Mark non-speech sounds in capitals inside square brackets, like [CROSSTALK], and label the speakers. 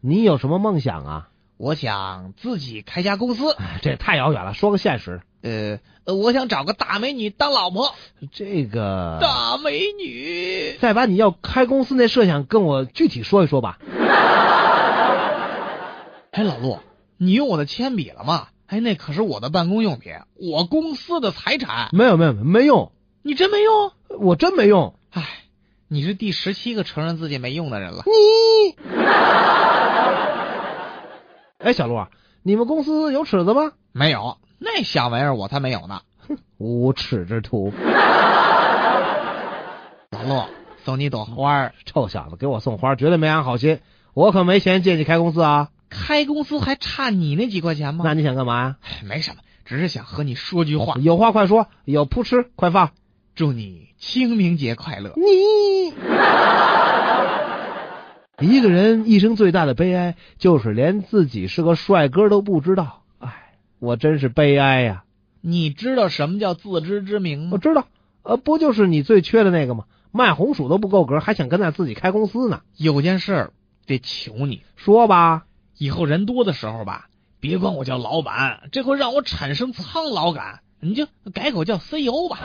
Speaker 1: 你有什么梦想啊？
Speaker 2: 我想自己开家公司，
Speaker 1: 哎这太遥远了，说个现实的。
Speaker 2: 呃，呃我想找个大美女当老婆，
Speaker 1: 这个
Speaker 2: 大美女。
Speaker 1: 再把你要开公司那设想跟我具体说一说吧。
Speaker 2: 哎，老陆，你用我的铅笔了吗？哎，那可是我的办公用品，我公司的财产，
Speaker 1: 没有没有没用，
Speaker 2: 你真没用？
Speaker 1: 我真没用。
Speaker 2: 哎，你是第十七个承认自己没用的人了。
Speaker 1: 你， [LAUGHS] 哎，小陆啊，你们公司有尺子吗？
Speaker 2: 没有，那小玩意儿我才没有呢。
Speaker 1: 无耻之徒，
Speaker 2: 老陆，送你朵花儿，
Speaker 1: 臭小子给我送花，绝对没安好心。我可没钱借你开公司啊。
Speaker 2: 开公司还差你那几块钱吗？
Speaker 1: 那你想干嘛呀、
Speaker 2: 哎没什么，只是想和你说句话，
Speaker 1: 有话快说，有扑哧快放。
Speaker 2: 祝你清明节快乐。
Speaker 1: 你。 [LAUGHS] 一个人一生最大的悲哀，就是连自己是个帅哥都不知道。哎，我真是悲哀呀、
Speaker 2: 你知道什么叫自知之明
Speaker 1: 我
Speaker 2: 吗？
Speaker 1: 知道，呃，不就是你最缺的那个吗？卖红薯都不够格，还想跟那自己开公司呢？
Speaker 2: 有件事儿得求你，
Speaker 1: 说吧，
Speaker 2: 以后人多的时候吧，别管我叫老板，这会让我产生苍老感，你就改口叫 CEO E 吧。